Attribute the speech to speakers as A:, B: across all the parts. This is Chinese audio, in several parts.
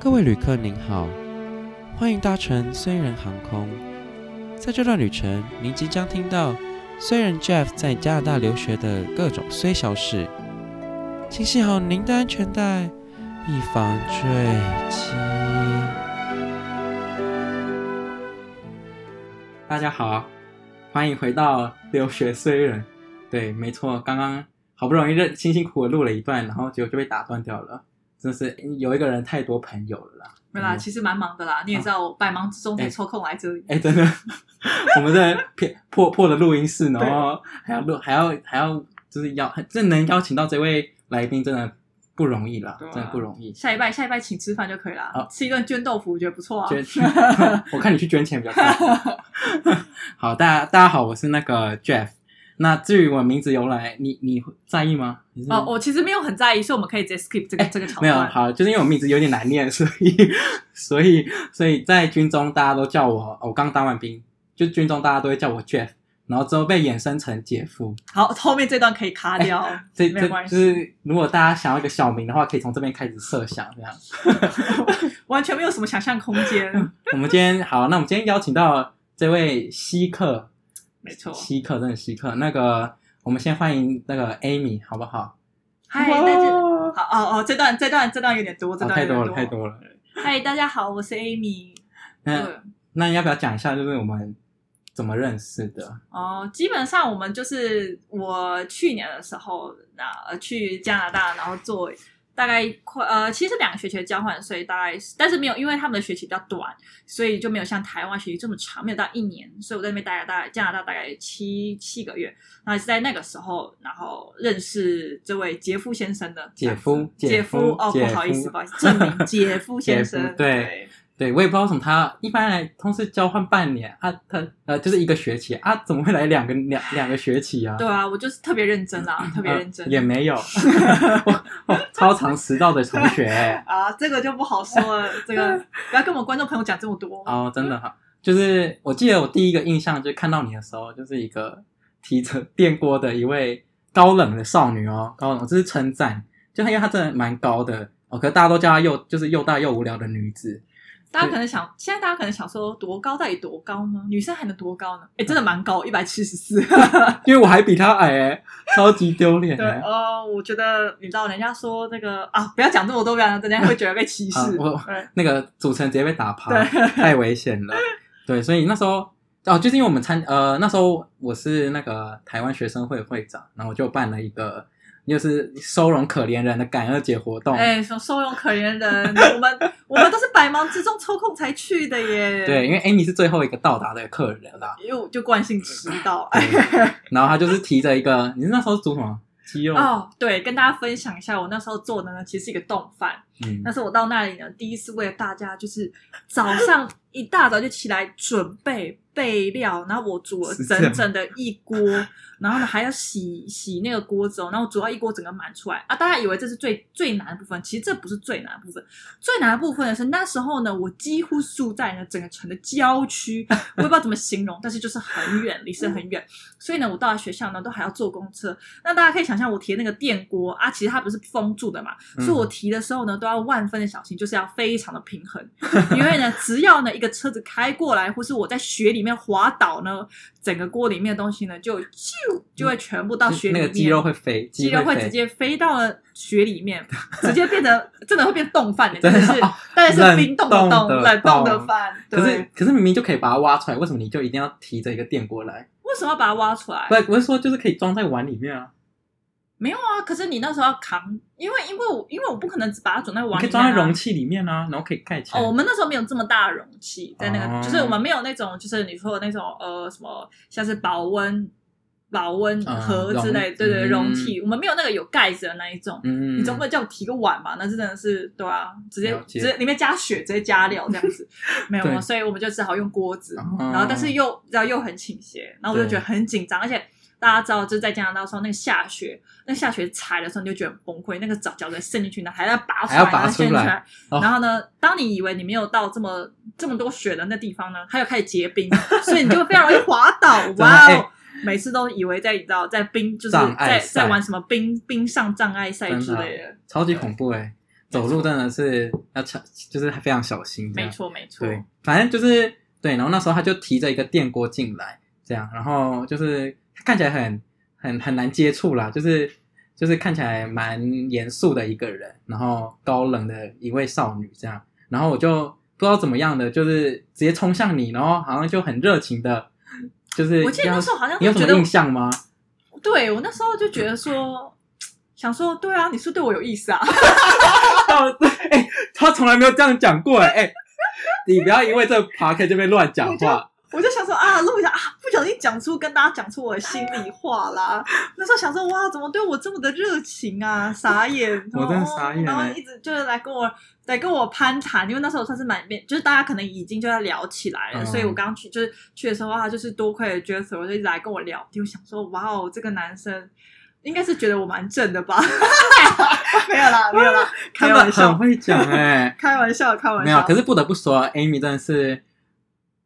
A: 各位旅客您好，欢迎搭乘虽然航空。在这段旅程，您即将听到虽然 Jeff 在加拿大留学的各种虽小事。请系好您的安全带，以防坠机。大家好，欢迎回到留学虽然。对，没错，刚刚好不容易认辛辛苦苦地录了一段，然后结果就被打断掉了。真是有一个人太多朋友了啦。
B: 没啦，
A: 嗯
B: 其实蛮忙的啦，你也知道，我百忙之中才抽空来这里。
A: 哎，真的， 我们在破破破的录音室，然后还要录，还要还要，就是邀，这能邀请到这位来宾，真的不容易啦，
B: 对啊
A: 真的不容易。
B: 下一拜，下一拜请吃饭就可以啦。
A: 好
B: 吃一顿捐豆腐，我觉得不错啊。
A: 捐， 我看你去捐钱比较快。 好，大家大家好，我是那个 Jeff。那至于我名字由来，你你会在意吗？你是
B: 哦，我其实没有很在意，所以我们可以直接 skip 这个、这个桥
A: 嗯哎没有啊
B: 段。
A: 好，就是因为我名字有点难念， 所以所以所以在军中大家都叫我，哦我刚当完兵，就军中大家都会叫我 Jeff，然后之后被衍生成姐夫。
B: 好，后面这段可以卡掉，
A: 这
B: 没
A: 这
B: 有关
A: 就
B: 系，
A: 是如果大家想要一个小名的话，可以从这边开始设想这样。
B: 完全没有什么想象空间。
A: 我们今天好，那我们今天邀请到这位稀客，
B: 没错
A: 稀客真的稀客。那个，我们先欢迎那个 Amy 好不好？
B: 嗨，大家好哦哦，这段这段这段有点多，这
A: 哦
B: 段
A: 太
B: 有点
A: 多了太。多了。嗯
B: 嗨，大家好，我是 Amy。嗯
A: 那
B: 对
A: 那要不要讲一下，就是我们怎么认识的？
B: 哦，基本上我们就是我去年的时候，那、呃、去加拿大，然后做大概快呃，其实两个学期的交换，所以大概是但是没有，因为他们的学期比较短，所以就没有像台湾学期这么长，没有到一年，所以我在那边待了大概加拿大大概七七个月，然后是在那个时候，然后认识这位杰夫先生的
A: 姐夫
B: 姐
A: 夫
B: 哦，
A: 姐
B: 不好意
A: 夫
B: 思，不好意思，证明杰夫
A: 姐
B: 先
A: 夫
B: 生，
A: 对
B: 对
A: 对，我也不知道为什么他一般来通是交换半年啊，他呃就是一个学期啊，怎么会来两个两两个学期啊？
B: 对啊，我就是特别认真啊，特别认真，
A: 呃也 没有，我我超常迟到的同学、
B: 啊，这个就不好说了，这个不要跟我们观众朋友讲这么多。
A: 哦，真的哈，就是我记得我第一个印象就是看到你的时候，就是一个提着电锅的一位高冷的少女哦，高冷，这是称赞，就她因为她真的蛮高的哦，可是大家都叫她又就是又大又无聊的女子，
B: 大家可能想，现在大家可能想说，多高到底多高呢？女生还能多高呢？哎，
A: 嗯
B: 真的蛮高，一百七 十四。
A: 因为我还比她矮、欸，超级丢脸、
B: 对，
A: 欸。
B: 呃，我觉得你知道，人家说那个啊，不要讲这么多，不要讲，人家会觉得被歧 视。
A: 啊我
B: 对
A: 那个主持人直接被打趴，
B: 对
A: 太危险了。对，所以那时候哦，就是因为我们参呃那时候我是那个台湾学生会会长，然后我就办了一个就是收容可怜人的感恩节活动。
B: 哎，说收容可怜人，我们我们都是百忙之中抽空才去的 耶。
A: 对，，因为 Amy 是最后一个到达的客人啦，
B: 因为我就惯性迟到。哎，
A: 对 然后他就是提着一个，你是那时候煮什么鸡肉？
B: 哦，对，跟大家分享一下，我那时候做的呢，其实是一个冻饭。
A: 嗯，
B: 但是我到那里呢，第一次为了大家，就是早上一大早就起来准备备料，然后我煮了
A: 是这样
B: 整整的一锅， 然后呢还要洗洗那个锅子哦，然后煮到一锅整个满出来啊！大家以为这是最最难的部分，其实这不是最难的部分，最难的部分呢是那时候呢，我几乎住在呢整个城的郊区，我也不知道怎么形容，但是就是很远，离市很远，所以呢，我到了学校呢都还要坐公车，那大家可以想象，我提那个电锅啊，其实它不是封住的嘛，
A: 嗯
B: 所以我提的时候呢，都要万分的小心，就是要非常的平衡，因为呢，只要呢一个车子开过来，或是我在雪里面滑倒呢，整个锅里面的东西呢就咻就会全部到雪
A: 嗯
B: 里
A: 那
B: 面，
A: 个鸡肉会飞，
B: 鸡肉会
A: 飞
B: 直接飞到了雪里面，直接变成真的会变冻饭 的，
A: 真
B: 真
A: 的
B: 的是
A: 哦
B: 大概是冰冻的
A: 冷冻
B: 冻，
A: 的
B: 冷冻的
A: 冻
B: 饭。
A: 可是
B: 对，
A: 可是明明就可以把它挖出来，为什么你就一定要提着一个电锅来？
B: 为什么要把它挖出来
A: 不？，我是说就是可以装在碗里面啊，
B: 没有啊，可是你那时候要扛，因为因为我因为我不可能只把它装在
A: 你
B: 碗
A: 可
B: 里
A: 以装在
B: 面啊
A: 容器里面啊，然后可以盖起来。
B: 哦，我们那时候没有这么大的容器，在那个、
A: 哦
B: 就是我们没有那种就是你说的那种呃什么像是保温保温
A: 嗯
B: 盒之类，
A: 容
B: 对对
A: 嗯
B: 容器，我们没有那个有盖子的那一种。
A: 嗯，
B: 你总不能叫我提个碗吧？那真的是对啊，直接
A: 了解
B: 直接里面加血，直接加料这样子，没有
A: 对
B: 没有，所以我们就只好用锅子，
A: 哦
B: 然后但是又你知道又很倾斜，然后我就觉得很紧张，而且大家知道就是在加拿大的时候那个下雪，那下雪踩的时候你就觉得很崩溃，那个脚脚在渗进去，然后还要拔出
A: 还要
B: 来，
A: 拔
B: 然后
A: 出
B: 陷进
A: 来
B: 去还
A: 哦
B: 然后呢，当你以为你没有到这么这么多雪的那地方呢，它又开始 结冰，所以你就会非常容易滑倒。
A: 的
B: 哇哦！
A: 哎
B: 每次都以为在你知道在冰就是
A: 障碍
B: 在
A: 赛啊
B: 在玩什么冰冰上障碍赛之类的，
A: 超级恐怖哎、
B: 没
A: 走
B: 错
A: 路真的是要小，就是非常小心这样。
B: 没错没错，
A: 对，反正就是对，然后那时候他就提着一个电锅进来，这样，然后就是看起来很很很难接触啦，就是就是看起来蛮严肃的一个人，然后高冷的一位少女这样，然后我就不知道怎么样的，就是直接冲向你，然后好像就很热情的，就是
B: 我记得
A: 要
B: 那时候好像
A: 你有
B: 就
A: 什么
B: 觉得
A: 印象吗？
B: 对我那时候就觉得说，想说对啊，你是不是对我有意思啊？
A: 哎、他从来没有这样讲过哎、哎你不要因为这 p o 就被乱讲话，
B: 我就想说啊，录一下啊，不小心讲出跟大家讲出我的心里话啦。那时候想说哇，怎么对我这么的热情啊？傻眼，
A: 我真的傻眼
B: 然后
A: 欸
B: 一直就是来跟我来跟我攀谈，因为那时候算是蛮面，就是大家可能已经就在聊起来了，
A: 嗯
B: 所以我刚去就是去的时候啊，就是多亏了 Jethro 就一直来跟我聊天，我想说哇哦，这个男生。应该是觉得我蛮正 的吧？没有啦，没有啦，
A: 真
B: 开
A: 的
B: 玩笑
A: 很，会讲哎、
B: 开玩笑，开玩
A: 没有
B: 笑，。
A: 可是不得不说，Amy 真的是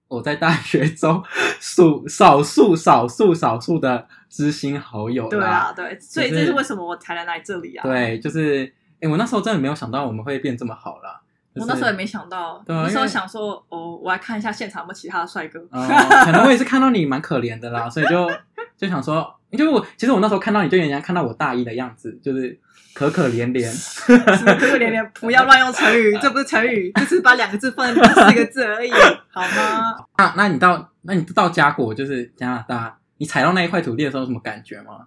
A: 我在大学中数少数少数少数的知心好友
B: 对
A: 啦。
B: 啊，对，所以
A: 就
B: 这
A: 是
B: 是为什么我才能来这里啊？
A: 对，就是哎、我那时候真的没有想到我们会变这么好啦。
B: 我那时候也
A: 没。
B: 没想到，
A: 对啊
B: 那时候
A: 因为
B: 想说，哦，我来看一下现场有没有其他的帅哥。
A: 哦，可能我也是看到你蛮可怜的 啦，所以就就想说，就我其实我那时候看到你就有点像看到我大一的样子，就是可可怜怜。
B: 什么可可怜怜，不要乱用 成语，这不是成语，这是把两个字放在四个字而已，好吗？
A: 啊那那你到那你到加国就是加拿大，你踩到那一块土地的时候有什么感觉吗？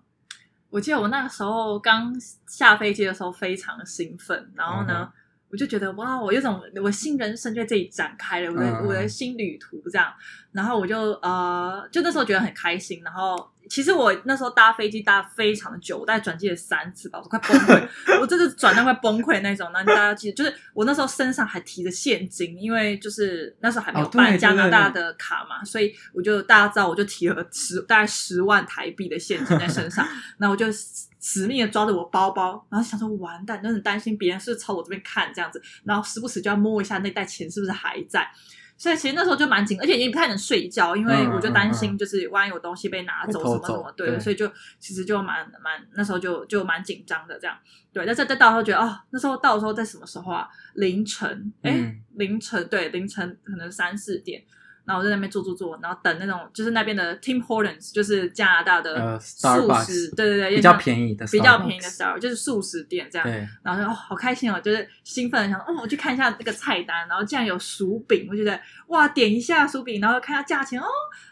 B: 我记得我那个时候刚下飞机的时候非常的兴奋，然后呢，
A: 嗯
B: 我就觉得哇，我有种我新人生就在这里展开了，我的、
A: 嗯嗯
B: 我的新旅途这样，然后我就呃，就那时候觉得很开心，然后。其实我那时候搭飞机搭非常久，我大概转机了三次吧，我快崩溃，我真的转到快崩溃那种。那大家记得，就是我那时候身上还提着现金，因为就是那时候还没有
A: 哦对
B: 办加拿大
A: 对
B: 的卡嘛，所以我就大家知道，我就提了十大概十万台币的现金在 身上，那我就死命的抓着我包包，然后想说完蛋，真的担心别人是不是朝我这边看这样子，然后时不时就要摸一下那袋钱是不是还在。所以其实那时候就蛮紧，而且也不太能睡觉，因为
A: 嗯
B: 我就
A: 嗯
B: 担
A: 嗯
B: 心就是万一有东西被拿
A: 被
B: 走什
A: 偷
B: 么什
A: 走
B: 么，对，
A: 对
B: 所以就其实就蛮蛮那时候就就蛮紧张的这样。对，但是再到时候觉得哦，那时候到的时候在什么时候啊？凌晨，哎、
A: 嗯
B: 凌晨对，凌晨可能三四点，然后我就在那边坐坐坐，然后等那种就是那边的 Tim Hortons，就是加拿大的
A: 呃
B: 素
A: ，Starbucks，
B: 食，对对对，
A: 比较
B: 宜，
A: 便宜的，
B: 比较便宜的 Star，就是素食店这样。
A: 对，
B: 然后就哦，好开心哦，就是兴奋的想，哦，我去看一下这个菜单，然后竟然有薯饼，我就觉得哇，点一下薯饼，然后看一下价钱，哦，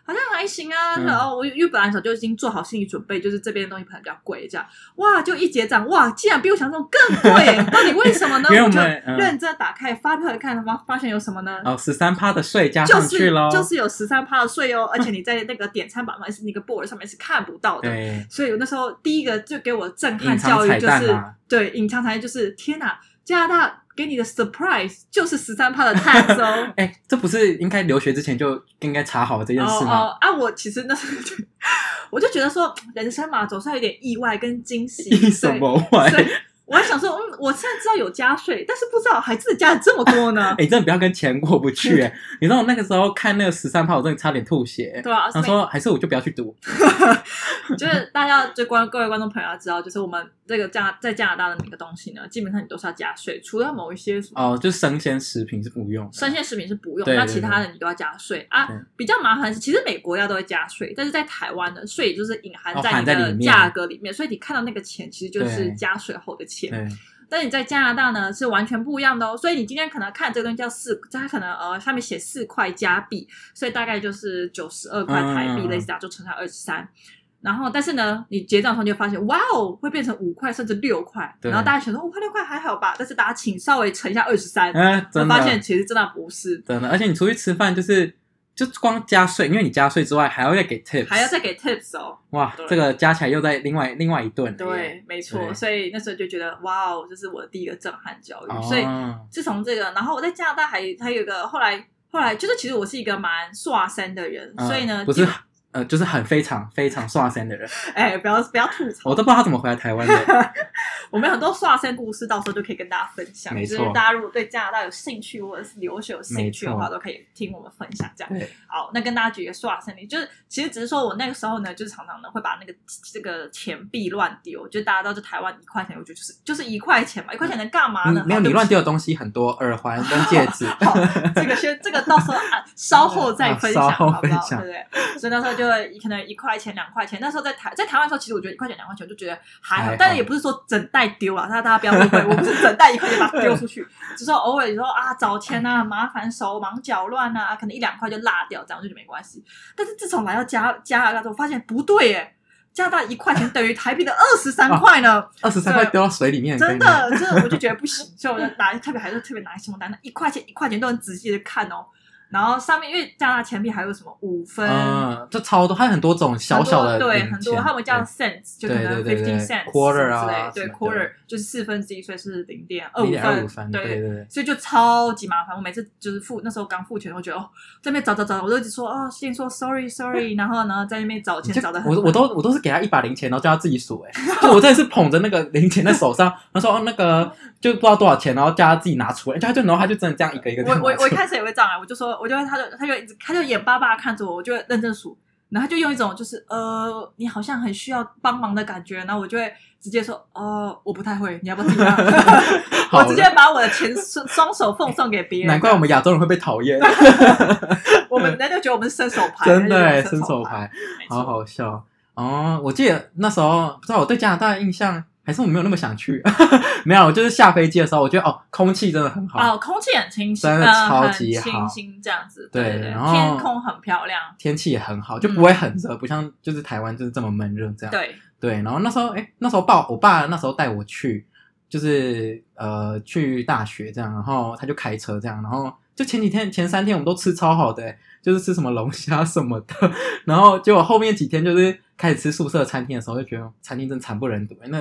B: 好像还行啊。
A: 嗯
B: 然后我因为本来早就已经做好心理准备，就是这边的东西可能比较贵，这样哇，就一结账，哇，竟然比我想象中更贵，到底为什么呢？
A: 因为我
B: 我就
A: 们嗯
B: 认真打开发票看，发发现有什么呢？
A: 哦，十三趴的税加
B: 就
A: 上去
B: 是
A: 喽，
B: 就是有十三趴的税哦，而且你在那个点餐板上是那个 board 上面是看不到的，
A: 对，
B: 所以我那时候第一个就给我震撼
A: 隐藏
B: 教育就
A: 彩
B: 是，
A: 蛋啊。
B: 对隐藏才就是天哪，加拿大给你的 surprise 就是十三趴的 tax 哦
A: 哎，这不是应该留学之前就应该查好这件
B: 哦
A: 事吗？
B: 哦啊！我其实那时候就我就觉得说，人生嘛，总是要有点意外跟惊喜。
A: 意 什么玩
B: 所以？所以我还想说，嗯，我现在知道有加税，但是不知道还真的加了这么多呢。
A: 哎，真的不要跟钱过不去哎！你知道我那个时候看那个十三趴，我真的差点吐血。欸
B: 对啊，
A: 他
B: 所以
A: 说还是我就不要去读，
B: 就是大家就观各位观众朋友要知道，就是我们这个加在加拿大的每个东西呢，基本上你都是要加税，除了某一些什么
A: 哦，就生鲜食品是不用的，
B: 生鲜食品是不用，
A: 对
B: 那
A: 对
B: 其
A: 对
B: 他的你都要加税啊
A: 对。
B: 比较麻烦是，其实每国家都会加税，但是在台湾的税就是隐含
A: 哦
B: 在
A: 含
B: 你
A: 在
B: 的
A: 里面
B: 价格里面，所以你看到那个钱其实就是
A: 对
B: 加税后的钱。
A: 对，
B: 但你在加拿大呢是完全不一样的哦，所以你今天可能看这个东西叫四，它可能呃上面写四块加币，所以大概就是九十二块台币
A: 嗯
B: 类似这样，就乘上二十三。然后，但是呢，你结账的时候你就发现，哇哦，会变成五块甚至六块。
A: 对
B: 然后大家想说五块六块还好吧，但是大家请稍微乘一下二十三，
A: 嗯，
B: 我
A: 真的
B: 发现其实真的不是，
A: 真的，而且你出去吃饭就是就光加税，因为你加税之外还要再给 tips，
B: 还要再给 tips 哦。
A: 哇
B: 对，
A: 这个加起来又在另外另外一顿了耶，
B: 对，没错，
A: 对
B: 所以那时候就觉得哇哦，这是我的第一个震撼教育。
A: 哦
B: 嗯所以自从这个，然后我在加拿大还还有一个后来后来就是其实我是一个蛮刷身的人，
A: 嗯
B: 所以呢，
A: 不是
B: 基本
A: 呃，就是很非常非常刷身的人，
B: 哎，不要不要吐槽，
A: 我都不知道他怎么回来台湾的。
B: 我们有很多刷身故事，到时候就可以跟大家分享。
A: 没
B: 就
A: 错
B: 是大家如果对加拿大有兴趣，或者是留学有兴趣的话，
A: 没
B: 都可以听我们分享。这样
A: 对
B: 好，哦那跟大家举一个刷身例，就是其实只是说我那个时候呢，就是常常呢会把那个这个钱币乱丢，就大家知道，就台湾一块钱，我觉得就是就是一块钱嘛，一块钱能干嘛
A: 你
B: 呢？
A: 嗯没有
B: 好
A: 你
B: 对不
A: 乱
B: 起
A: 丢的东西很多，耳环跟戒指。
B: 好，这个先，这个到时候啊，稍后再分享，
A: 啊稍后
B: 好不好？
A: 分享
B: 对不对？所以那时候就会可能一块钱、两块钱。那时候在台在台湾的时候，其实我觉得一块钱、两块钱我就觉得还
A: 还
B: 好
A: 好，
B: 但是也不是说整袋丢啊，大家大家不要 误会，我不是整袋一块钱把它丢出去，只是偶尔说啊找钱啊麻烦手忙脚乱啊，可能一两块就落掉，这样我就觉得没关系。但是自从来到加加拿大之后，我发现不对耶。加拿大一块钱等于台币的二十三块呢，
A: 二十三块丢到水里面，
B: 真
A: 跟
B: 的，真的，我就觉得不行，所以我就拿，特别还是特别拿信用单，那一块钱一块钱都很仔细的看哦。然后上面因为加拿大钱币还有什么五分，
A: 你嗯，这超多，还有很多种小小的
B: 很多对
A: 零
B: 很多，
A: 钱
B: 他们叫
A: 对
B: cents，就可能
A: 对对对对
B: fifteen cents
A: quarter
B: 之类
A: 啊
B: 对
A: 什么的
B: quarter 就是四分之一，所以是零点二
A: 0.25
B: 五
A: 分
B: 对
A: 对对对
B: 所以就超级麻烦。我每次就是付那时候刚付钱，我觉得哦，在那边找找找，我就一直说哦，先说 sorry sorry，然后呢在那边找钱
A: 就
B: 找的很
A: 我我都我都是给他一把零钱，然后叫他自己数，哎，就我真的是捧着那个零钱在手上，然后说哦那个就不知道多少钱，然后叫他自己拿出来，就他就然后他就真的这样一个一个这
B: 我
A: 样拿
B: 我
A: 出
B: 我
A: 来
B: 一开始也会这样啊，我就说，我就会，他就他就一直他就眼巴巴地看着我，我就会认真数，然后他就用一种就是呃，你好像很需要帮忙的感觉，然后我就会直接说，哦，我不太会，你要不要自己 拿？
A: 好
B: 我
A: 了
B: 直接把我的钱双双手奉送给别人，
A: 难怪我们亚洲人会被讨厌，
B: 我们人家就觉得我们是伸手牌，
A: 真的哎，
B: 人家就觉得我
A: 伸手
B: 们伸牌，
A: 牌，
B: 没错
A: 好好笑哦。我记得那时候不知道我对加拿大的印象，还是我没有那么想去， 没有，我就是下飞机的时候，我觉得哦空气真的很好，
B: 哦，空气很清新，
A: 真的
B: 呃
A: 超
B: 很
A: 级
B: 清
A: 好
B: 新这样子，
A: 对
B: 对对，
A: 然后
B: 天空很漂亮，
A: 天气也很好，
B: 嗯
A: 就不会很热，不像就是台湾就是这么闷热这样。
B: 对，
A: 对，然后那时候，哎，那时候爸，我爸那时候带我去，就是呃去大学这样，然后他就开车这样，然后就前几天前三天我们都吃超好的，诶就是吃什么龙虾什么的， 然后结果后面几天就是开始吃宿舍餐厅的时候，就觉得餐厅真惨不忍睹，诶那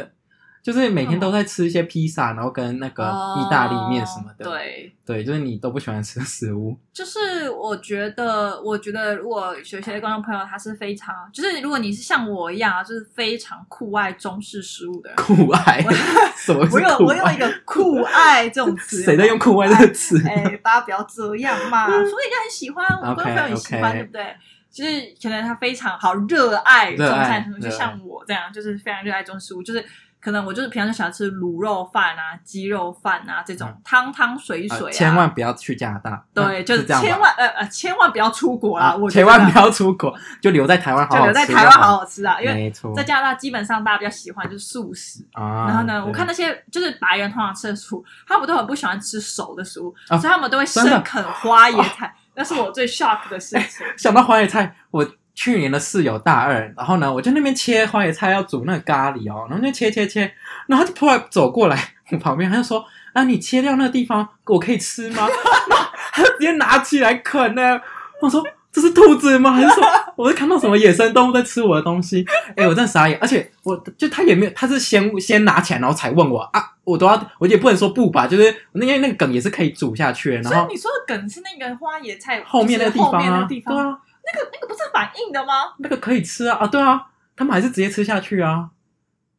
A: 就是每天都
B: 哦
A: 在吃一些披萨，然后跟那个意大利面什么的，
B: 哦对，
A: 对，就是你都不喜欢吃的食物，
B: 就是我觉得，我觉得如果有些观众朋友他是非常，就是如果你是像我一样啊，就是非常酷爱中式食物的人，
A: 酷爱
B: 我，
A: 什么是
B: 我有
A: 酷
B: 我有一
A: 爱？
B: 个酷爱这种词，
A: 谁在用酷爱这个词？
B: 哎、大家不要这样 嘛，所以人家很喜欢，我观众朋友
A: OK，OK
B: 也喜欢对不对？就是可能他非常好热爱中
A: 热爱
B: 餐食物，就
A: 热爱
B: 像我这样，就是非常热爱中食物，就是。可能我就是平常就喜欢吃卤肉饭啊、鸡肉饭啊这种
A: 嗯
B: 汤汤水
A: 呃
B: 水啊，
A: 千万不要去加拿大。
B: 对，
A: 嗯
B: 就是
A: 这样吧
B: 千万呃呃，千万不要出国啦！
A: 啊
B: 我觉
A: 千
B: 得
A: 万不要出国，就留在台湾好好吃。
B: 就留在台湾好好吃啊，因为
A: 没错。
B: 在加拿大基本上大家比较喜欢就是素食。
A: 啊，
B: 然后呢，我看
A: 到
B: 那些就是白人通常吃的食物，他们都很不喜欢吃熟的食物，
A: 啊
B: 所以他们都会
A: 真的哎
B: 生啃花椰 菜，那是我最 shock 的事情。
A: 想到花椰菜，我去年的室友大二，然后呢，我就那边切花椰菜要煮那个咖喱哦，然后就切切切，然后他就突然走过来我旁边，他就说：“啊，你切掉那个地方，我可以吃吗？”他就直接拿起来啃呢。我说。这是兔子吗？还是说我是看到什么野生动物在吃我的东西？ 哎、我真的傻眼，而且我就他也没有，他是先先拿起来，然后才问我啊，我都要，我也不能说不吧，就是那因为那个梗也是可以煮下去的，然
B: 所以
A: 后
B: 你说的梗是那个花椰菜
A: 后面那个
B: 就是
A: 地
B: 后
A: 方
B: 面那
A: 啊，
B: 个地
A: 对
B: 方，
A: 啊，
B: 那个那个不是反应的吗？
A: 那个可以吃啊啊，对啊，他们还是直接吃下去啊。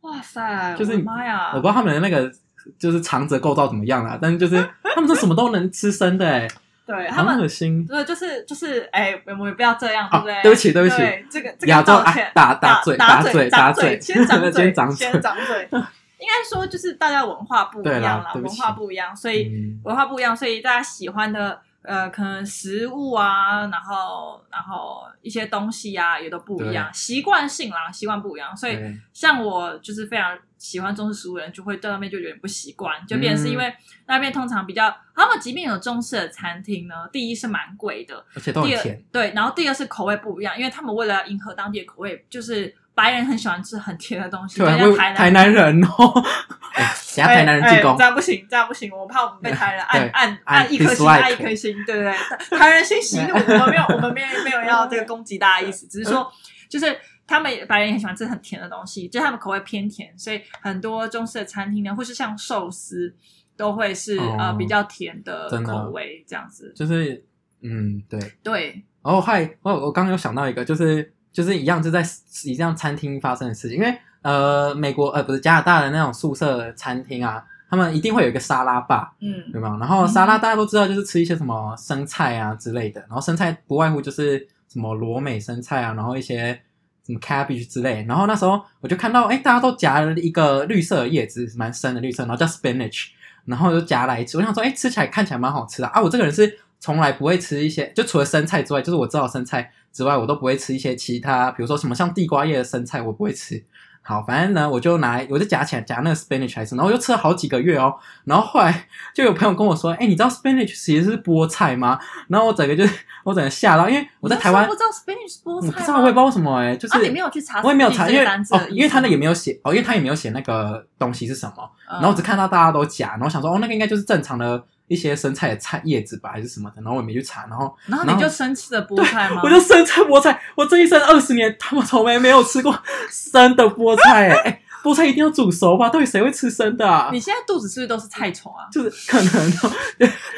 B: 哇塞，
A: 就是
B: 我的
A: 你
B: 妈呀
A: 我不！知道他们的那个就是肠子构造怎么样啦、但是就是 他们这什么都能吃生的哎、
B: 对
A: 好
B: 他们，
A: 恶心。
B: 对，就是就是，哎，我们也不要这样，对
A: 啊
B: 不对？
A: 对不起，对不起，
B: 对，这个这
A: 亚
B: 个
A: 洲
B: 道
A: 啊
B: 歉，，
A: 打
B: 打
A: 嘴，
B: 打
A: 打嘴，
B: 打
A: 嘴，
B: 先掌嘴，
A: 先掌
B: 先掌 嘴。应该说就是大家文化不一样
A: 对啦
B: 啦，
A: 对不
B: 文
A: 起
B: 化不一样，所以
A: 嗯
B: 文化不一样，所以大家喜欢的呃，可能食物啊，然后然后一些东西啊，也都不一样，习惯性啦，习惯不一样，所以
A: 对
B: 像我就是非常喜欢中式食物的人，就会对那边就有点不习惯，就变成是
A: 嗯
B: 因为那边通常比较，他们即便有中式的餐厅呢，第一是蛮贵的，
A: 而且都很
B: 第二
A: 甜，
B: 对，然后第二是口味不一样，因为他们为了迎合当地的口味，就是白人很喜欢吃很甜的东西，就
A: 对，啊
B: 像
A: 为
B: 台南
A: 台南人哦， 哎等下台南人
B: 哎
A: 进
B: 哎
A: 攻
B: 这，样不行，这样不行，我怕我们被台人按
A: 对
B: 按
A: 按
B: 按一颗星，
A: dislike
B: 按一颗星，对对对，台人先息怒，我们没有，我们没有没有要这个攻击大家的 意思，只是说就是。他们白人也很喜欢吃很甜的东西，就是他们口味偏甜，所以很多中式的餐厅呢，或是像寿司，都会是、
A: 哦
B: 呃比较甜的
A: 真的啊
B: 口味这样子。
A: 就是嗯，对。
B: 对，
A: 哦然后还我我刚刚有想到一个，就是就是一样，就在一样餐厅发生的事情。因为呃，美国呃不是加拿大的那种宿舍餐厅啊，他们一定会有一个沙拉吧，
B: 嗯
A: 对吗？然后沙拉大家都知道，就是吃一些什么生菜啊之类的，然后生菜不外乎就是什么罗美生菜啊，然后一些什么 cabbage 之类。然后那时候我就看到，哎，大家都夹了一个绿色的叶子，蛮深的绿色，然后叫 spinach，然后就夹来吃。我想说，哎，吃起来看起来蛮好吃的啊。我这个人是从来不会吃一些，就除了生菜之外，就是我知道生菜之外，我都不会吃一些其他，比如说什么像地瓜叶的生菜，我不会吃。好，反正呢，我就拿来，我就夹起来夹那个 spinach 来吃，然后我就吃了好几个月哦。然后后来就有朋友跟我说，哎，你知道 spinach 其实是菠菜吗？然后我整个就 我整个吓到，因为我在台湾
B: 不知道 spinach 菠
A: 我
B: 菜
A: 不
B: 吗，
A: 知道，我也不知道为什么哎、就是、
B: 啊，你没有去查，
A: 我也没有查，因为
B: 单字的
A: 哦
B: 意，思
A: 因为他那也没有写哦，因为他也没有写那个东西是什么，
B: 嗯
A: 然后我只看到大家都夹，然后想说哦，那个应该就是正常的一些生菜的菜叶子吧，还是什么的，然后我也没去查，然后
B: 然后
A: 然
B: 你
A: 后
B: 就生吃了菠菜吗？
A: 我就生菜菠菜，我这一生二十年他妈从来没有吃过生的菠菜、欸，哎，菠菜一定要煮熟吧？到底谁会吃生的啊
B: 你？现在肚子是不是都是菜虫啊？
A: 就是可 能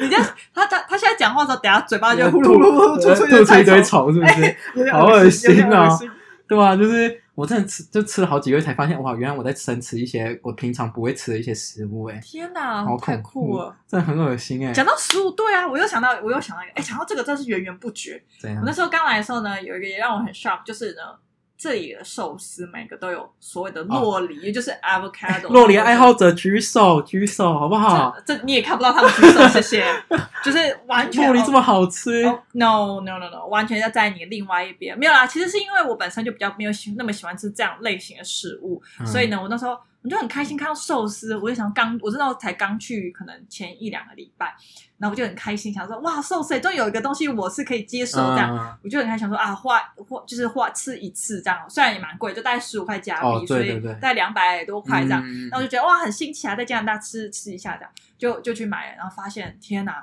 B: 你这样，他他他现在讲话的时候，等下嘴巴啊就
A: 呃吐
B: 呼噜呼噜
A: 吐出
B: 吐出
A: 一
B: 一
A: 堆
B: 堆
A: 虫，是不是？
B: 虫，哎
A: 好恶心啊
B: 有点恶心
A: 对啊，就是我真的吃，就吃了好几个月才发现，哇，原来我在生吃一些我平常不会吃的一些食物、欸，哎，
B: 天哪
A: 好，
B: 太
A: 恐
B: 酷
A: 怖嗯
B: 了！
A: 真的很恶心哎、欸。
B: 讲到食物，对啊，我又想到，我又想到一个，哎，讲到这个真是源源不绝。
A: 怎
B: 我
A: 样
B: 那？时候刚来的时候呢，有一个也让我很 shock，就是呢，这里的寿司每个都有所谓的洛梨，也就是 avocado。
A: 洛哦梨爱好者举手举手，好不好？
B: 这，这你也看不到他们举手，谢谢。就是完全
A: 洛梨这么好吃，
B: 哦 no no no no，完全要在你另外一边。没有啦，其实是因为我本身就比较没有喜那么喜欢吃这样类型的食物，
A: 嗯
B: 所以呢，我那时候我就很开心看到寿司，我就想刚我知道才刚去，可能前一两个礼拜，然后我就很开心，想说哇，寿司终于有一个东西我是可以接受这样。
A: 嗯
B: 我就很开心，想说啊，花花就是花吃一次这样，虽然也蛮贵，就大概十五块加币，
A: 哦对对
B: 所
A: 对
B: 以大概两百多块这样。
A: 嗯
B: 然后就觉得哇很新奇啊，在加拿大吃吃一下这样，就就去买了，然后发现天哪，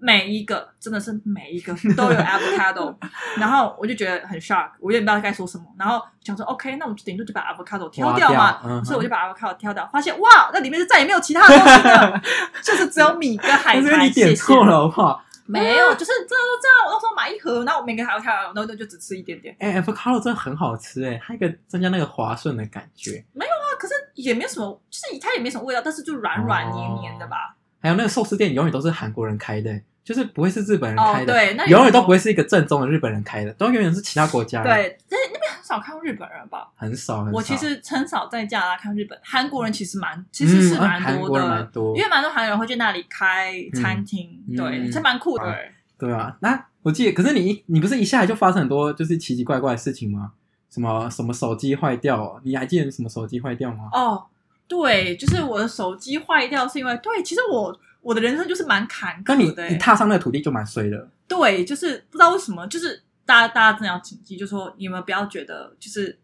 B: 每一个真的是每一个都 有 avocado，然后我就觉得很 shock，我有点不知道该说什么，然后想说 OK，那我们顶多就把 avocado 挑掉嘛
A: 划，掉嗯哼
B: 所以我就把 avocado 挑掉，发现哇，那里面就再也没有其他的东西了，就是只有米跟海
A: 但是
B: 苔，
A: 你点
B: 谢谢
A: 错。了，好不好？
B: 没有，就是真的都这样，我那时候买一盒，然后我每个还要挑，然后就只吃一点点，
A: 哎、a v o c a d o 真的很好吃哎、它一个增加那个滑顺的感觉，
B: 哇，啊可是也没有什么，就是它也没什么味道，但是就软软黏黏的吧。
A: 还有那个寿司店永远都是韩国人开的、就是不会是日本人
B: 哦
A: 开，的，
B: 对，那
A: 永远都不
B: 会。
A: 会是一个正宗的日本人开的，都永远是其他国家的，
B: 对，但是那边很少看到日本人吧？
A: 很少，很少。
B: 我其实很少在加拿大看日本，韩国人其实蛮，其实是
A: 嗯
B: 蛮
A: 韩
B: 多
A: 国人
B: 的
A: 蛮，多
B: 因为蛮多韩国人会去那里开餐厅，
A: 嗯
B: 对，
A: 嗯
B: 这蛮酷的。
A: 好对啊，那我记得，可是你一你不是一下来就发生很多就是奇奇怪怪的事情吗？什么什么手机坏掉、哦？你还记得什么手机坏掉吗？
B: 哦，对，就是我的手机坏掉是因为，对，其实我我的人生就是蛮坎
A: 那
B: 坷
A: 你
B: 的、
A: 你
B: 欸，
A: 踏上那个土地就蛮衰的，
B: 对，就是不知道为什么，就是大家大家真的要谨记，就说你们不要觉得就是。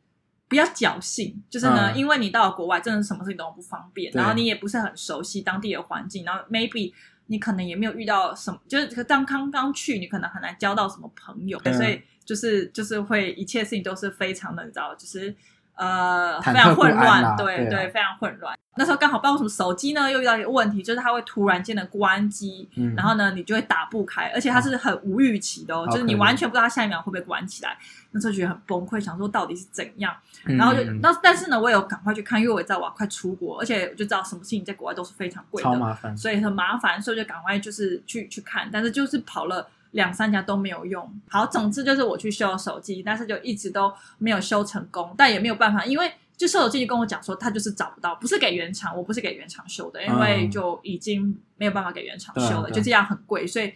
B: 不要侥幸，就是呢，
A: 嗯
B: 因为你到了国外，真的什么事情都不方便，
A: 对
B: 然后你也不是很熟悉当地的环境，然后 maybe 你可能也没有遇到什么，就是当刚刚去，你可能很难交到什么朋友，
A: 嗯
B: 所以就是就是会一切事情都是非常的，你知道，就是呃
A: 忐忑
B: 非常混
A: 不安啦
B: 乱，对
A: 对啊
B: 非常混乱。那时候刚好不知道为什么手机呢又遇到一个问题，就是它会突然间的关机，
A: 嗯，
B: 然后呢，你就会打不开，而且它是很无预期的哦，
A: 好
B: 就是
A: 可
B: 你
A: 怜
B: 完全不知道它下一秒会不会关起来，那时候觉得很崩溃，想说到底是怎样，
A: 嗯
B: 然后就
A: 嗯
B: 那、但是呢，我有赶快去看，因为我也知道我要快出国，而且我就知道什么事情在国外都是非常贵
A: 超
B: 的，
A: 麻烦，
B: 所以很麻烦，所以就赶快就是去去看，但是就是跑了。两三家都没有用，好，总之就是我去修手机，但是就一直都没有修成功，但也没有办法，因为就修手机就跟我讲说他就是找不到，不是给原厂，我不是给原厂修的，因为
A: 嗯
B: 就已经没有办法给原厂
A: 对啊
B: 修了，
A: 对
B: 就这样很贵，所以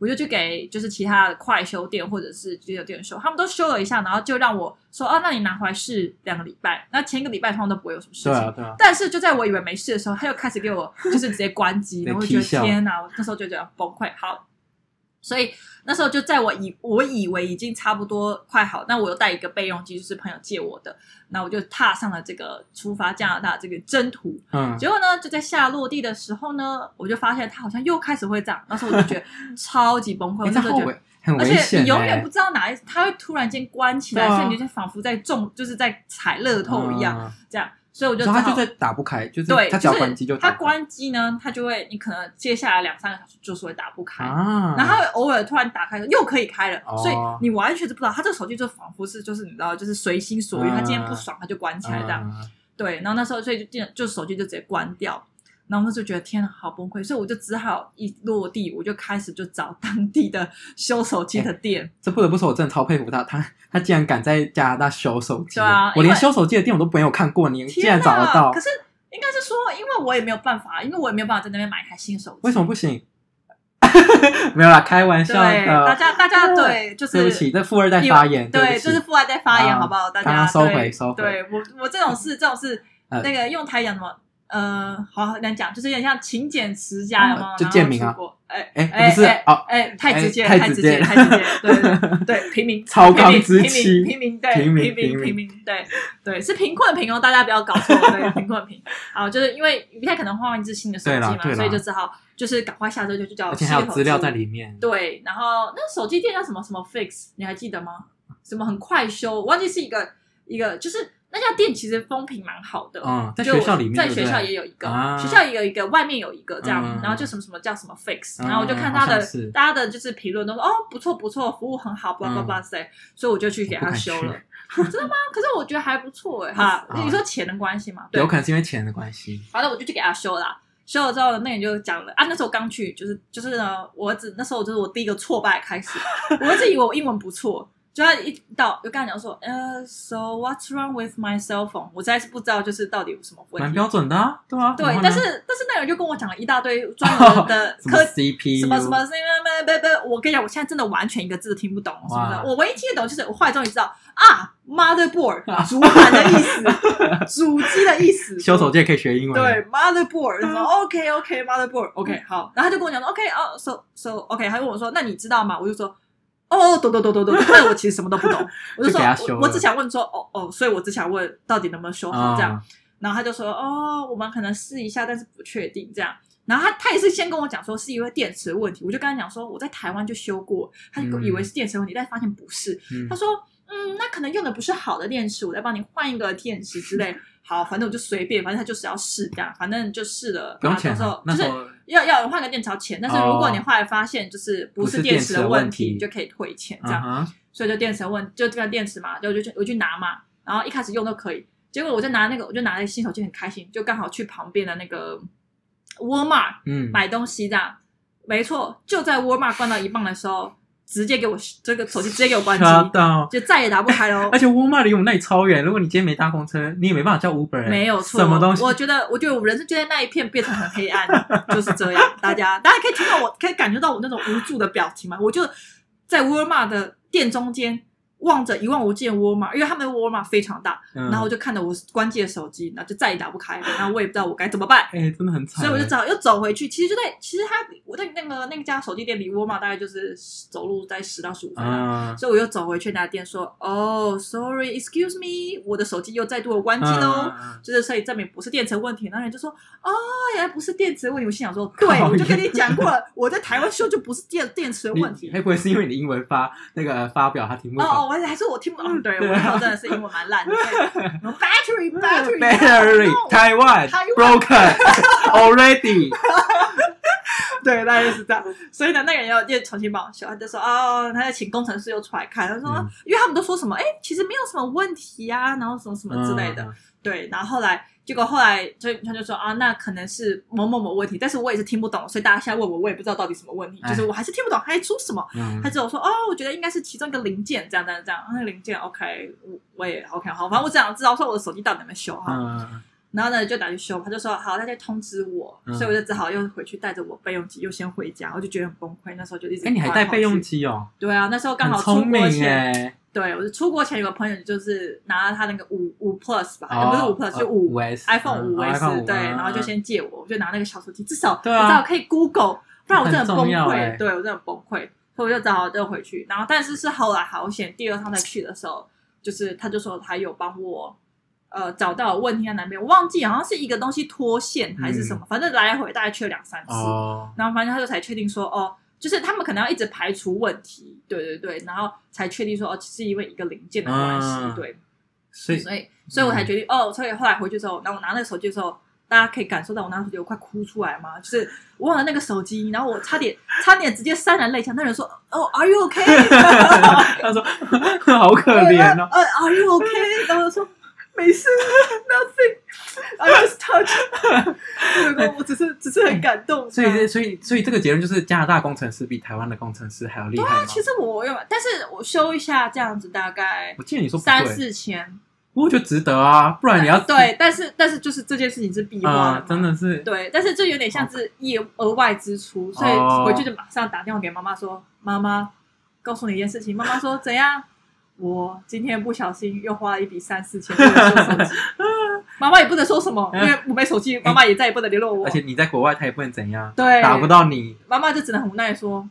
B: 我就去给就是其他的快修店或者是机油店修，他们都修了一下，然后就让我说啊，那你拿回来试两个礼拜，那前一个礼拜通常都不会有什么事
A: 对
B: 情。
A: 啊对啊，
B: 但是就在我以为没事的时候，他又开始给 我就是直接关机，
A: 对
B: 然后我就
A: 踢
B: 觉得
A: 笑
B: 天哪，我那时候就觉得崩溃。好，所以那时候就在我以我以为已经差不多快好，那我又带一个备用机，就是朋友借我的，那我就踏上了这个出发加拿大这个征途。
A: 嗯，
B: 结果呢，就在下落地的时候呢，我就发现他好像又开始会这样，那时候我就觉得超级崩溃，我
A: 你
B: 那
A: 这
B: 时候
A: 哎后
B: 觉得。
A: 悔很
B: 而
A: 危
B: 且
A: 险、欸，
B: 你永远不知道哪一，他会突然间关起来，
A: 对啊
B: 所以你就像仿佛在中，就是在踩乐透一样。
A: 嗯
B: 这样。所以我就
A: 然
B: 只
A: 后
B: 好
A: 他就是打不开，就是
B: 对，
A: 他只要关机
B: 就
A: 就是
B: 他
A: 打不开
B: 关机呢，他就会你可能接下来两三个小时就是会打不开。
A: 啊，
B: 然后它偶尔突然打开，又可以开了，
A: 哦
B: 所以你完全是不知道，他这个手机就仿佛是就是你知道，就是随心所欲，
A: 嗯
B: 他今天不爽他就关起来这样。
A: 嗯
B: 对，然后那时候所以就进就手机就直接关掉，然后我就觉得天啊，好崩溃，所以我就只好一落地，我就开始就找当地的修手机的店。
A: 这不得不说，我真的超佩服他，他他竟然敢在加拿大修手机，
B: 对啊
A: 我
B: 因为
A: 连修手机的店我都没有看过，你哎竟
B: 天
A: 然
B: 哪
A: 找得到
B: 可，是应该是说，因为我也没有办法，因为我也没有办法在那边买一台新手机。
A: 为什么不行？ 没有啦，开玩
B: 对，
A: 笑的，
B: 大家大家对，就是
A: 对不起，这富二代发言，
B: 对，
A: 对
B: 这是富二代发言，
A: 啊
B: 好不好？大
A: 刚
B: 家
A: 刚收回
B: 对
A: 收回
B: 对我我这种事，这种 事，
A: 呃
B: 那个用台语讲什么？呃，好很难讲，就是有点像勤俭持家，有没有？
A: 就
B: 然后
A: 贱民啊
B: 出国！哎
A: 哎
B: 哎，
A: 不是
B: 哎
A: 哦
B: 哎，太直接，
A: 哎
B: 太
A: 太
B: 直
A: 直接
B: 接，太直接，对 对对，平民，
A: 超
B: 平
A: 纲
B: 民
A: 之
B: 平民
A: 妻
B: 平民对，
A: 平民
B: 平
A: 平民
B: 平民对对，是贫困贫哦，大家不要搞错，对， 贫困贫啊，就是因为不太可能换一只新的手机
A: 对啦
B: 嘛
A: 对，啦
B: 所以就只好就是赶快下周就去叫
A: 而且
B: 新
A: 还有
B: 手
A: 资料
B: 机
A: 在里面，
B: 对，然后那个手机店叫什么什么 Fix，你还记得吗？什么很快修，我忘记是一个一个，就是那家店其实风评蛮好的。
A: 嗯，在
B: 就
A: 学校里面，
B: 在
A: 对不
B: 学
A: 对
B: 校也有一个，
A: 啊
B: 学校也有一个，外面有一个这样，
A: 嗯
B: 然后就什么什么叫什么 fix，、
A: 嗯
B: 然后我就看他
A: 好
B: 的
A: 像是
B: 大家的就是评论都说哦不错不错，服务很好，blah blah
A: 嗯
B: blah 谁、所以我就去给
A: 我不
B: 他
A: 敢
B: 修
A: 去
B: 了。真的吗？可是我觉得还不错哎、哈、
A: 啊
B: 你说钱的关系嘛，对
A: 有，可能是因为钱的关系，
B: 反正我就去给他修啦。修了之后，那个人就讲了啊，那时候刚去，就是就是呢，我儿子那时候就是我第一个挫败开始，我儿子以为我英文不错，就他一到就跟他讲说，呃，so what's wrong with my cell phone？我实在是不知道就是到底有什么问
A: 蛮
B: 题。
A: 标准的啊，对啊，然
B: 对
A: 后，呢
B: 但是但是那个人就跟我讲了一大堆专门的
A: 什么
B: 科
A: CPU
B: 什么什么什么不不，我跟你讲，我现在真的完全一个字都听不懂什么的。
A: 哇
B: 我唯一听得懂就是，我后来终于知道啊，motherboard 主板的意思，主机的意思，
A: 修手机也可以学英文，
B: 对，motherboard，然后 OK OK motherboard，OK、好，
A: 嗯
B: 然后他就跟我讲说 OK 哦、s o so OK，他就问我说那你知道吗？我就说。哦，懂懂懂懂懂， 但我其实什么都不懂，我就
A: 就
B: 说
A: 给他修了
B: 我我只想问说，哦哦，所以我只想问到底能不能修好
A: 啊，
B: 这样，然后他就说，哦，我们可能试一下，但是不确定这样。然后他他也是先跟我讲说是因为电池的问题，我就跟他讲说我在台湾就修过，他就以为是电池的问题，但发现不是，
A: 嗯
B: 他说：“嗯，那可能用的不是好的电池，我再帮你换一个电池之类。”好，反正我就随便，反正他就是要试这样，反正就试了。
A: 不用
B: 啊
A: 钱
B: 到时
A: 啊
B: 候，
A: 那
B: 就
A: 时
B: 是
A: 候哦
B: 要要换个电池要钱，但是如果你后来发现就是不
A: 不
B: 是
A: 是
B: 电
A: 电
B: 池
A: 池
B: 的
A: 的
B: 问
A: 问题
B: 你就可以退钱这样。
A: 啊哈，
B: 所以就电池的问就这个电池嘛，就我就去我去拿嘛，然后一开始用都可以，结果我就拿那个我就拿那个新手机很开心，就刚好去旁边的那个沃尔玛
A: 嗯，
B: 买东西这样，没错，就在沃尔玛逛到一半的时候，直接给我这个手机直接给我关机，
A: 刷到。
B: 就再也打不开喽
A: 而。且沃尔玛离我们那里超远，如果你今天没搭公车，你也没办法叫 Uber，欸
B: 没有错，
A: 什么东西
B: 我觉得，我觉得我人生就在那一片变成很黑暗，就是这样。大家，大家可以听到我，可以感觉到我那种无助的表情吗？我就在沃尔玛的店中间望着一望无际的沃尔玛，因为他们的沃尔玛非常大，
A: 嗯
B: 然后我就看着我关机的手机，然后就再也打不开，然后我也不知道我该怎么办。
A: 哎、真的很惨
B: 所
A: 欸，
B: 以我就只好又走回去。其实就在，其实他我在那个那个家手机店离沃尔玛大概就是走路在十到十五分钟。
A: 啊，
B: 所以我又走回去那店说：“哦、s o r r y e x c u s e me，我的手机又再度有关机喽。
A: 嗯，嗯嗯
B: 就是所以证明不是电池问题。那人就说：“哦，原来不是电池问题。”我心想说：“ 对，
A: 靠
B: 我就跟
A: 腰
B: 你讲过了，我在台湾修就不是电电池的问题
A: 你。”会不会是因为你英文发那个发表他听不
B: 哦
A: 懂？
B: 哦，我还是我听不
A: 嗯
B: 懂，对我那时
A: 啊
B: 候真的是英文蛮烂的。 对 battery battery
A: Battery
B: no
A: Taiwan
B: 台湾
A: broken already，
B: 对，大概是这样。所以呢，那个人要又重新帮我修，他就说哦，他在请工程师又出来看，他说，
A: 嗯
B: 因为他们都说什么，哎，其实没有什么问题啊，然后 什么什么之类的。
A: 嗯
B: 对，然后后来结果后来就他就说啊，那可能是某某某问题，但是我也是听不懂，所以大家现在问我，我也不知道到底什么问题，就是
A: 哎
B: 我还是听不懂，还出什么。
A: 嗯
B: 他只有说哦，我觉得应该是其中一个零件，这样这样这样，啊那个零件 OK，我我也 OK 好，反正我只想知道说我的手机到底有没有修好。
A: 嗯，
B: 然后呢，就打去修，他就说好，他就通知我，
A: 嗯
B: 所以我就只好又回去带着我备用机，又先回家，我就觉得很崩溃。那时候就一直
A: 哎，你还带备用
B: 机？
A: 机哦，
B: 对啊，那时候刚
A: 很
B: 好出
A: 聪
B: 国
A: 明
B: 前，
A: 哎，
B: 对我是出国前有个朋友就是拿了他那个五五 Plus 吧，
A: 哦
B: 不是五 Plus 就
A: 五
B: 五
A: S
B: iPhone
A: 嗯
B: 五 S，
A: iPhone 五
B: 对，
A: 嗯
B: 然后就先借我，我就拿那个小手机，至少
A: 对啊
B: 我至少可以 Google，不然我真的很崩
A: 很重要
B: 溃，
A: 欸
B: 对我真的很崩溃，所以我就只好就回去。然后但是是后来好险，第二趟再去的时候，就是他就说他有帮我。呃，找到问题在哪边，我忘记好像是一个东西脱线还是什么，反正来回大概去了两三次。
A: 嗯哦，
B: 然后反正他就才确定说，哦，就是他们可能要一直排除问题，对对对，然后才确定说，哦，是因为一个零件的关系，
A: 嗯
B: 对。
A: 所以
B: 所以所以我才
A: 嗯
B: 决定、哦，所以后来回去的时候，然后我拿那个手机的时候，大家可以感受到我拿手机我快哭出来嘛，就是我忘了那个手机，然后我差点差点直接潸然泪下。那人说哦，Are you okay？
A: 他说好可怜哦，
B: 呃，Are you okay？然后我说没事，nothing，I was touched。我说我只是只是很感动。
A: 嗯所
B: 这样
A: 以所以所以这个结论就是加拿大工程师比台湾的工程师还要厉害吗？
B: 啊其实我有，但是我修一下这样子大概
A: 我记得你说不
B: 三
A: 对，
B: 四千，
A: 我觉得值得啊，不然你要
B: 对，但是但是就是这件事情是必花的
A: 啊、
B: 嘛，
A: 真的是
B: 对，但是这有点像
A: 哦
B: 是业额外支出，所以回去就马上打电话给妈妈说：“妈妈，告诉你一件事情。”妈妈说：“怎样？我今天不小心又花了一笔三四千为了修手机。”妈妈也不能说什么，因为我没手机，妈妈也再也不能联络
A: 嗯
B: 我
A: 而。且你在国外，他也不能怎样，
B: 对，
A: 打不到你，
B: 妈妈就只能很无奈地说：“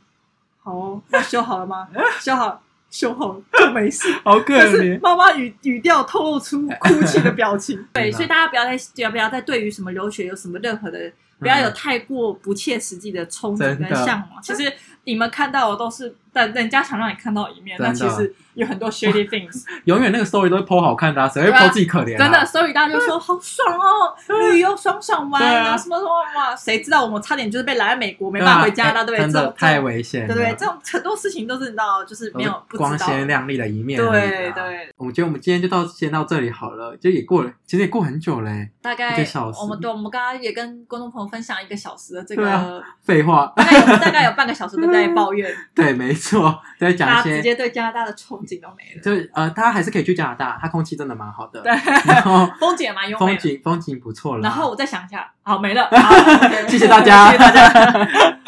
B: 好哦，那修好 了吗？修好，修好了就没事。”
A: 好可
B: 但是。妈妈语语调透露出哭泣的表情。
A: 天
B: 对，
A: 哪
B: 所以大家不要再也不要再对于什么留学有什么任何的，不要有太过不切实际的憧憬
A: 真
B: 跟
A: 的
B: 向往。其实你们看到的都是，但人家想让你看到一面，
A: 真的
B: 那其实有很多 shady things。
A: 永远那个 story 都会 po 好看的、啊，谁会
B: 对啊
A: po 自己可怜、啊？
B: 真的，，所以大家就说好爽哦，旅游爽爽玩
A: 对啊
B: 啊，什么什么哇，谁知道我们差点就是被拦在美国，没办法回加拿大，对不对？
A: 啊哎真
B: 这
A: 的
B: 种
A: 太危险
B: 对
A: 了，
B: 不对？这种很多事情都是你知道，就是没有不知道
A: 光鲜亮丽的一面、啊
B: 对，对，
A: 我觉得我们今天就到先到这里好了，就也过了，其实也过很久嘞、
B: 大概
A: 一个小时
B: 我们对，我们刚刚也跟观众朋友分享一个小时的这个，
A: 对啊废话，
B: 大概有大概有半个小时都在抱怨，
A: 对，没错，在讲
B: 大
A: 一
B: 家直
A: 些，
B: 接对加拿大的憧憬都没了。
A: 就是呃，大家还是可以去加拿大，它空气真的蛮好的，
B: 对，
A: 然后
B: 风景也蛮优美
A: 风
B: 的。
A: 景风景不错啦。
B: 然后我再想一下，好没了，好，OK
A: 谢谢大家
B: 谢谢大家。